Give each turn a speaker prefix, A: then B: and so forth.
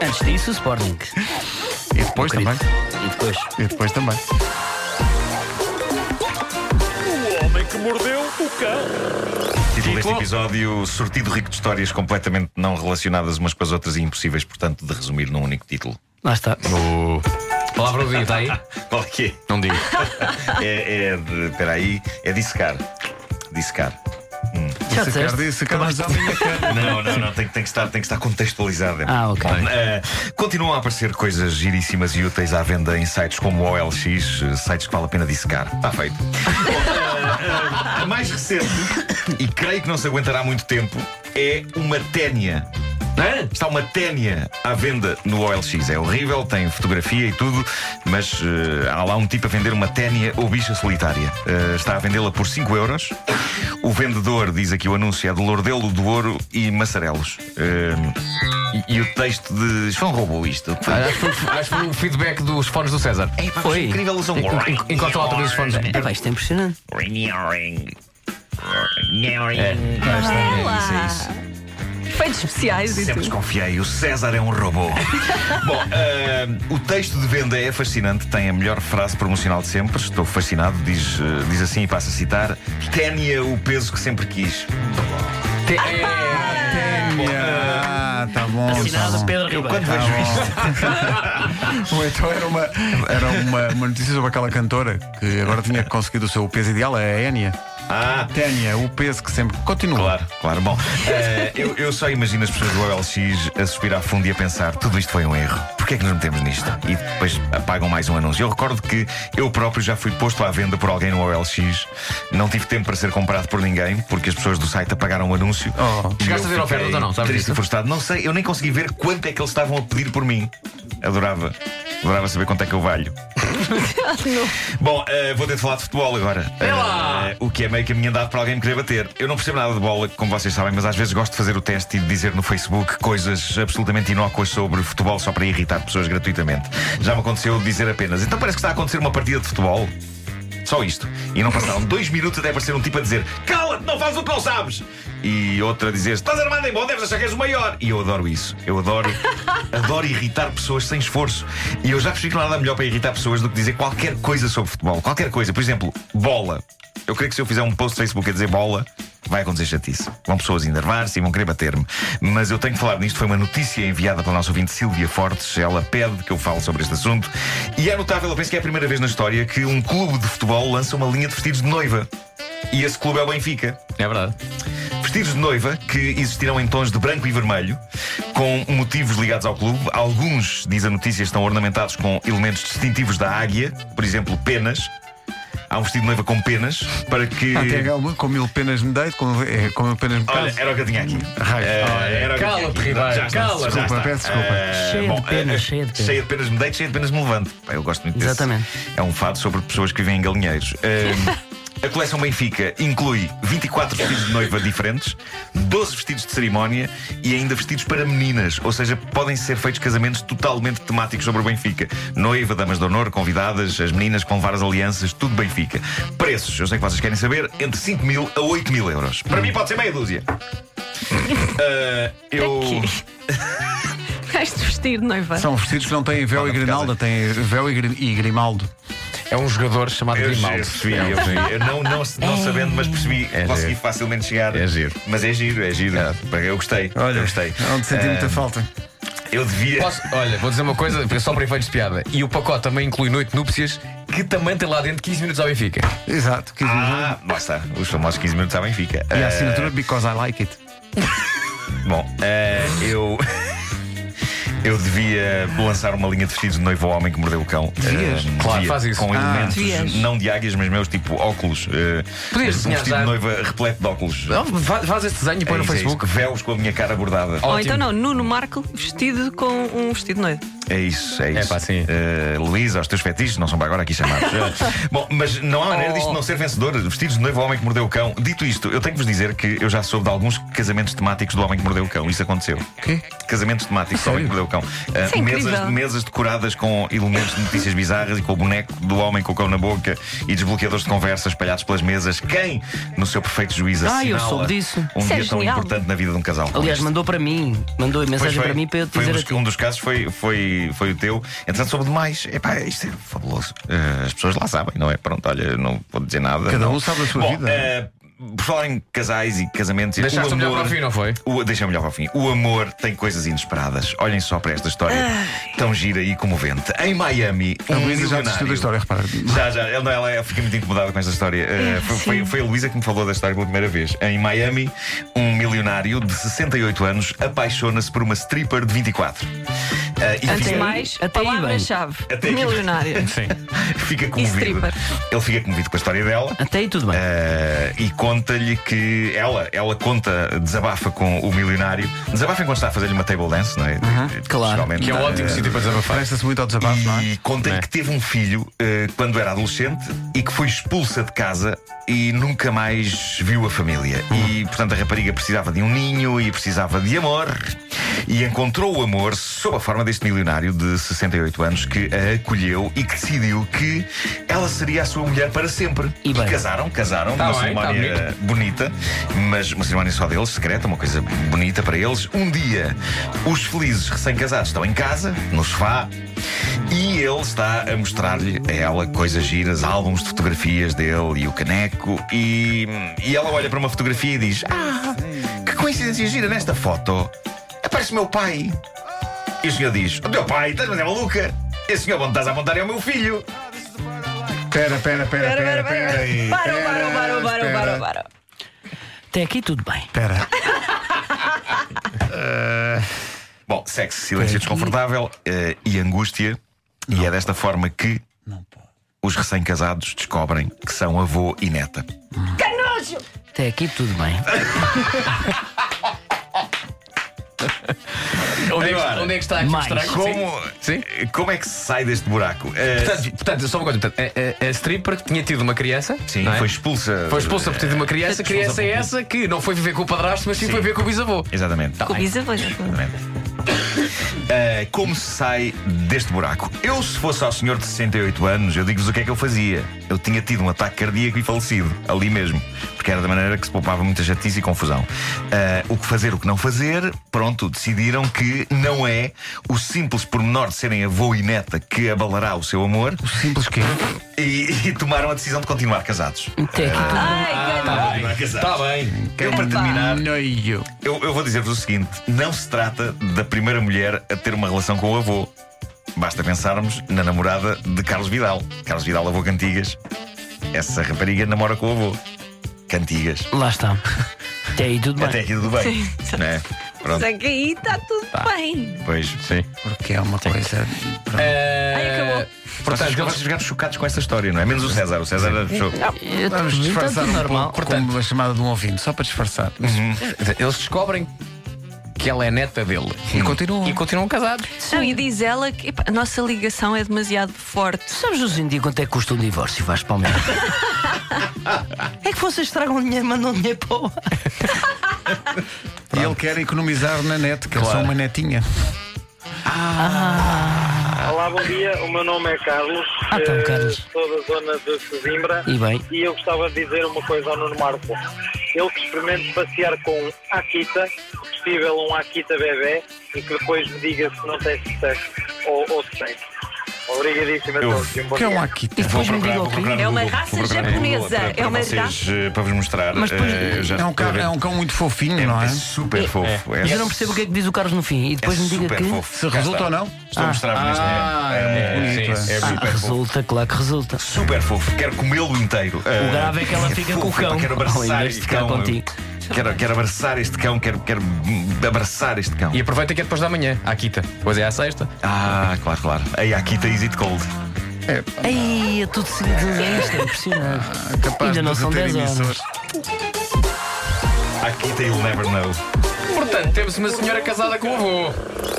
A: Antes disso, o Sporting.
B: E depois também.
A: E depois.
B: E depois também.
C: O homem que mordeu o cão.
D: Título deste episódio: Sortido rico de histórias completamente não relacionadas umas com as outras e impossíveis, portanto, de resumir num único título.
A: Lá está.
E: Palavra do dia, está tá aí?
D: Qual é que
E: Não digo.
D: é? É, é de. Espera aí, é dissecar. Dissecar.
A: Já
B: Se quer
A: disseste?
B: dizer, se quer mais alguém, é que-
D: Não, não, não, tem, tem que estar, tem que estar contextualizado. é
A: Ah, ok.
D: Eh, continuam a aparecer coisas giríssimas e úteis à venda em sites como o OLX, eh, sites que vale a pena dissecar. Está feito. Eh, eh, a mais recente, e creio que não se aguentará muito tempo, é uma ténia.
E: Hã?
D: Está uma ténia à venda no OLX. É horrível, tem fotografia e tudo, mas eh, há lá um tipo a vender uma ténia ou bicha solitária. Eh, está a vendê-la por 5 euros. O vendedor, diz aqui o anúncio, é de Lordelo do Ouro e Massarelos. Eh, e, e o texto de. João roubou isto.
E: Ah, Acho que foi- acho que foi um feedback dos fones do César.
A: Foi.
D: Incrível, usam
E: En- Encontra lá outra vez os fones.
A: É, pá, isto é impressionante.
F: Ela! Feitos especiais e
D: Sempre
F: tudo.
D: desconfiei, o César é um robô. Bom, ah, o texto de venda é fascinante, tem a melhor frase promocional de sempre. Estou fascinado, diz, ah, diz assim e passa a citar: Ténia, o peso que sempre quis.
E: Te- é-
D: Tá
B: Ah, tá bom. tá
A: Assinado
B: bom.
A: Pedro Ribeiro.
D: Quando vejo isto,
B: Ou então era uma, era uma, uma notícia sobre aquela cantora que agora tinha conseguido o seu peso ideal, a Enya. Ah. Ténia, o peso que sempre. Continua.
D: Claro, claro. Bom, eh, eu, eu só imagino as pessoas do OLX a subir à fundo e a pensar: tudo isto foi um erro. Porquê é que nos metemos nisto? E depois apagam mais um anúncio. Eu recordo que eu próprio já fui posto à venda por alguém no OLX. Não tive tempo para ser comprado por ninguém, porque as pessoas do site apagaram o anúncio.
B: Oh.
D: E
E: Chegaste
D: eu
E: a ver a
D: fiquei
E: oferta ou não, sabes
D: Triste
E: disso?
D: e frustrado. Não sei, eu nem consegui ver quanto é que eles estavam a pedir por mim. Adorava. Adorava saber quanto é que eu valho. Bom, eh, vou ter de falar de futebol agora. Eh, o que é meio que a minha andado para alguém me querer bater. Eu não percebo nada de bola, como vocês sabem, mas às vezes gosto de fazer o teste e de dizer no Facebook coisas absolutamente inócuas sobre futebol só para irritar pessoas gratuitamente. Já me aconteceu dizer apenas: então parece que está a acontecer uma partida de futebol. Só isto. E não passaram dois minutos até aparecer um tipo a dizer: Cala-te, não fazes o que não sabes! E outro a dizer: Estás armado em bom, deves achar que és o maior! E eu adoro isso. Eu adoro, adoro irritar pessoas sem esforço. E eu já percebi que não há nada melhor para irritar pessoas do que dizer qualquer coisa sobre futebol. Qualquer coisa. Por exemplo, bola. Eu creio que se eu fizer um post no Facebook a dizer bola, vai acontecer chatice. Vão pessoas enervar-se e vão querer bater-me. Mas eu tenho que falar nisto. Foi uma notícia enviada pela nossa ouvinte Silvia Fortes. Ela pede que eu fale sobre este assunto. E é notável, eu penso que é a primeira vez na história que um clube de futebol lança uma linha de vestidos de noiva. E esse clube é o Benfica.
E: É verdade.
D: Vestidos de noiva que existirão em tons de branco e vermelho, com motivos ligados ao clube. Alguns, diz a notícia, estão ornamentados com elementos distintivos da águia, por exemplo, penas. Há um vestido de noiva com penas para que.
B: Ah, tem aquela música, com mil penas me deito, com, é, com mil penas me
D: Olha,
B: caso. Ah, é.
D: era o que eu tinha aqui.
B: Raios.
D: Eh, era o que eu tinha
E: Cala-te,
D: aqui.
E: Ribeiro,
D: Já está,
E: cala-te.
D: já
B: Desculpa,
D: está.
B: peço desculpa.
D: Eh,
A: Cheia de
D: bom,
A: penas,
D: eh,
A: cheia de penas.
D: Cheia de penas me deito, cheia de penas me levanto. Pá, Eu gosto muito desse.
A: Exatamente.
D: É um fado sobre pessoas que vivem em galinheiros. Eh, A coleção Benfica inclui 24 vestidos de noiva diferentes, 12 vestidos de cerimónia e ainda vestidos para meninas, ou seja, podem ser feitos casamentos totalmente temáticos sobre o Benfica. Noiva, damas de honor, convidadas, as meninas com várias alianças, tudo Benfica. Preços, eu sei que vocês querem saber, entre 5 mil a 8 mil euros. Para
A: Hum.
D: mim pode ser meia dúzia. Ah, eu.
F: Vais-te vestir, de noiva.
B: São vestidos que não têm véu e
D: Fala por
B: grinalda, têm véu e, gri- e grimaldo.
E: É um jogador chamado
D: Eu, eu
E: Grimaldo.
D: percebi, eu percebi. Eu não, não, não sabendo, mas percebi,
E: É
D: consegui
E: giro.
D: facilmente chegar.
E: É giro.
D: Mas é giro, é giro. Eu gostei. eu gostei.
B: É Onde senti muita
D: Ah,
B: falta.
D: Eu devia.
E: Posso- olha, vou dizer uma coisa, só para efeitos de piada. E o pacote também inclui noite de núpcias, que também tem lá dentro 15 minutos ao Benfica.
B: Exato, quis
D: Ah, lá está. Os famosos 15 minutos à Benfica.
B: E a
D: Ah,
B: assinatura Because I Like It.
D: Bom, eh, eu. Eu devia lançar uma linha de vestidos de noivo ao homem que mordeu o cão.
B: Devias?
D: Eh,
E: Claro,
D: devia,
E: faz isso.
D: Com
B: Ah.
D: elementos,
F: Devias.
D: não de águias, mas meus, tipo óculos. eh,
E: Podias
D: um
E: desenhar
D: vestido
E: já.
D: de noiva repleto de óculos.
E: Não, faz, faz esse desenho e põe
D: É
E: no
D: isso, é
E: Facebook.
D: isso. Véus com a minha cara bordada.
F: Ou
E: Ótimo.
F: então não, Nuno Marco vestido com um vestido de noiva.
D: É isso, é isso.
E: pá, sim.
D: Eh, Luísa, os teus fetiches não são para agora aqui chamados. Bom, mas não há maneira disto não ser vencedor. Vestidos de noivo ao Homem que Mordeu o Cão. Dito isto, eu tenho que vos dizer que eu já soube de alguns casamentos temáticos do Homem que Mordeu o Cão. Isso aconteceu.
B: Quê?
D: Casamentos temáticos do Homem que Mordeu o Cão. Eh,
F: Isso é
D: mesas,
F: incrível.
D: mesas decoradas com elementos de notícias bizarras e com o boneco do Homem com o Cão na boca e desbloqueadores de conversa espalhados pelas mesas. Quem, no seu perfeito juízo,
A: Ah, eu
D: assinala
A: soube disso.
D: um
F: Isso é
D: dia tão
F: genial.
D: importante na vida de um casal? como
A: Aliás,
D: este?
A: mandou para mim. Mandou
D: Pois
A: mensagem
D: foi.
A: para mim para eu te
D: Foi um
A: dizer
D: dos,
A: a ti.
D: um dos casos foi, foi, foi o teu. Entretanto, soube demais. Epá, isto é fabuloso. Eh, as pessoas lá sabem, não é? Pronto, olha, não vou dizer nada.
B: Cada
D: não.
B: um sabe da sua
D: Bom,
B: vida.
D: eh, por falar em casais e casamentos, e
E: Deixaste
D: o
E: o melhor
D: amor,
E: para o fim, não foi?
D: o- deixa melhor para o fim. O amor tem coisas inesperadas. Olhem só para esta história tão gira e comovente. Em Miami,
B: A
D: um
B: Luísa já desistiu da
D: milionário.
B: história, repara.
D: Já, já, ela, ela, ela fica muito incomodada com esta história. Eh, foi,
F: É, sim.
D: foi- foi a Luísa que me falou da história pela primeira vez. Em Miami, um milionário de 68 anos apaixona-se por uma stripper de 24. Eh, e
F: Antes de
D: fica-
F: mais,
A: até aí
F: palavra-chave.
D: Até aí.
F: Milionária.
D: Fica comovido.
F: stripper.
D: Ele fica comovido com a história dela.
A: Até aí tudo bem.
D: eh, e conta-lhe que ela, ela conta, desabafa com o milionário. Desabafa enquanto está a fazer-lhe uma table dance, não é?
A: claro.
D: Geralmente,
E: Que é um
D: eh,
E: ótimo sítio para desabafar.
B: Presta-se muito ao desabafo, não é?
D: E contem
A: Né?
D: que teve um filho eh, quando era adolescente e que foi expulsa de casa e nunca mais viu a família. E, portanto, a rapariga precisava de um ninho e precisava de amor. E encontrou o amor sob a forma deste milionário de 68 anos que a acolheu e que decidiu que ela seria a sua mulher para sempre.
A: E bem.
D: casaram, casaram,
E: Tá
D: numa
E: bem, tá
D: cerimónia
E: bonito.
D: bonita, mas uma cerimónia só deles, secreta, uma coisa bonita para eles. Um dia, os felizes recém-casados estão em casa, no sofá, e ele está a mostrar-lhe a ela coisas giras, álbuns de fotografias dele e o caneco, e, e ela olha para uma fotografia e diz: Ah, que coincidência gira nesta foto! Aparece meu pai. E o senhor diz: O teu pai, estás-me a dizer maluca? Esse senhor, onde estás a apontar é o meu filho.
B: Pera, pera, pera, pera, pera. aí.
F: Parou, parou,
B: Pera,
F: parou, parou,
B: espera.
F: parou, parou.
A: Até aqui tudo bem.
D: É.
B: Pera.
D: Bom, sexo, silêncio desconfortável eh, e angústia. E é desta forma que os recém-casados descobrem que são avô e neta.
A: Até aqui tudo bem.
E: Onde é, que,
D: Agora,
E: onde é que está aqui
A: mais.
E: o estrago? Sim.
D: Como,
E: Sim.
D: como é que se sai deste buraco? Eh,
E: Portanto, portanto, só uma coisa. portanto, a, a- a stripper que tinha tido uma criança.
D: sim,
E: não é?
D: foi expulsa.
E: Foi expulsa por ter tido uma criança. A criança é essa que não foi viver com o padrasto, mas sim,
D: Sim.
E: foi viver com o bisavô.
D: Exatamente.
E: Tá.
F: Com bisavô.
D: Exatamente. Eh, como se sai deste buraco? Eu, se fosse ao senhor de 68 anos, eu digo-vos o que é que eu fazia. Eu tinha tido um ataque cardíaco e falecido, ali mesmo, porque era da maneira que se poupava muita chatice e confusão. Eh, o que fazer, o que não fazer, pronto, decidiram que não é o simples pormenor de serem avô e neta que abalará o seu amor
B: Simples que
D: e, e tomaram a decisão de continuar casados.
A: Até aqui tudo bem.
F: Ai,
E: Tá
F: caramba.
E: bem.
D: Continuar casados.
E: Tá bem.
D: Eu, para terminar,
B: Noio.
D: eu, eu vou dizer-vos o seguinte: não se trata da primeira mulher a ter uma relação com o avô. Basta pensarmos na namorada de Carlos Vidal. Carlos Vidal, avô Cantigas. Essa rapariga namora com o avô. Cantigas.
A: Lá está. Até aí tudo
D: Até
A: bem.
D: aqui tudo bem.
F: Sim.
D: Né? Pronto,
F: Só que aí está tá tudo bem.
D: pois. Sim.
B: Porque é uma coisa.
E: Eh,
F: Aí acabou.
E: Portanto,
D: Vocês, vocês
E: eles-
D: ficaram chocados com esta história, não é? Menos o César. O César achou.
A: Eu-
B: Vamos
A: então,
B: disfarçar
A: tudo
B: um
A: normal.
B: pouco como a chamada de um ouvinte, só para disfarçar.
E: eles descobrem que ela é neta dele.
B: E continuam.
E: E continuam casados.
F: Não, e diz ela que epá, a nossa ligação é demasiado forte.
A: Sabes nos em dia quanto é que custa um divórcio, Vasco Palmeiras? é que vocês tragam dinheiro, mandam dinheiro para o ar.
B: E ele quer economizar na net, que é só
E: Claro.
B: uma netinha.
G: Olá, bom dia. O meu nome é Carlos.
A: Ah, então,
G: eh,
A: Carlos.
G: Sou da zona de Coimbra.
A: E bem.
G: E eu gostava de dizer uma coisa ao Nuno Marco. Eu que experimento passear com um Akita, possível um Akita bebê, e que depois me diga se não tem sucesso ou, ou se tem. Obrigadíssimo a
D: Eu-
G: todos. e Um bom
B: Que é
G: dia.
B: um Akita.
A: Depois me diga o quê?
D: no
F: É uma
D: Google,
F: raça
D: vou procurar no Google
F: japonesa,
D: para- para
F: é uma
D: vocês,
F: raça-
D: eh, Para vos mostrar.
A: Mas depois-
D: eh, eu já
B: É um,
D: estou a
B: cão,
D: ver.
B: é um cão muito fofinho, não é?
D: É super fofo.
A: Mas eu não percebo o que é que diz o Carlos no fim. E depois me diga
D: É super
A: que.
D: fofo.
B: Se
D: Cá
B: resulta
D: está.
B: ou não?
D: Estou a mostrar-vos neste
B: Ah, é muito bonito.
E: sim,
B: é.
E: é
A: Ah,
D: super fofo.
A: resulta, claro que resulta.
D: Super fofo, quero comê-lo inteiro. Ah,
A: O grave é que ela fica com o cão.
D: Quero
A: Ao
D: abraçar
A: invés de
D: este
A: ficar
D: cão.
A: contigo.
D: Quero, quero abraçar este cão, quero, quero hum, abraçar este cão.
E: E aproveita que é depois da manhã, à quinta. Depois é à sexta.
D: Ah, claro, claro. Aí aqui tens it cold.
A: Ei, é tudo seguido. Isto é impressionante.
B: Capaz
A: Ainda não
B: de
A: são
B: ter
A: 10 horas.
B: emissores.
D: Aqui tem you'll never know.
E: Portanto, temos uma senhora casada com o avô.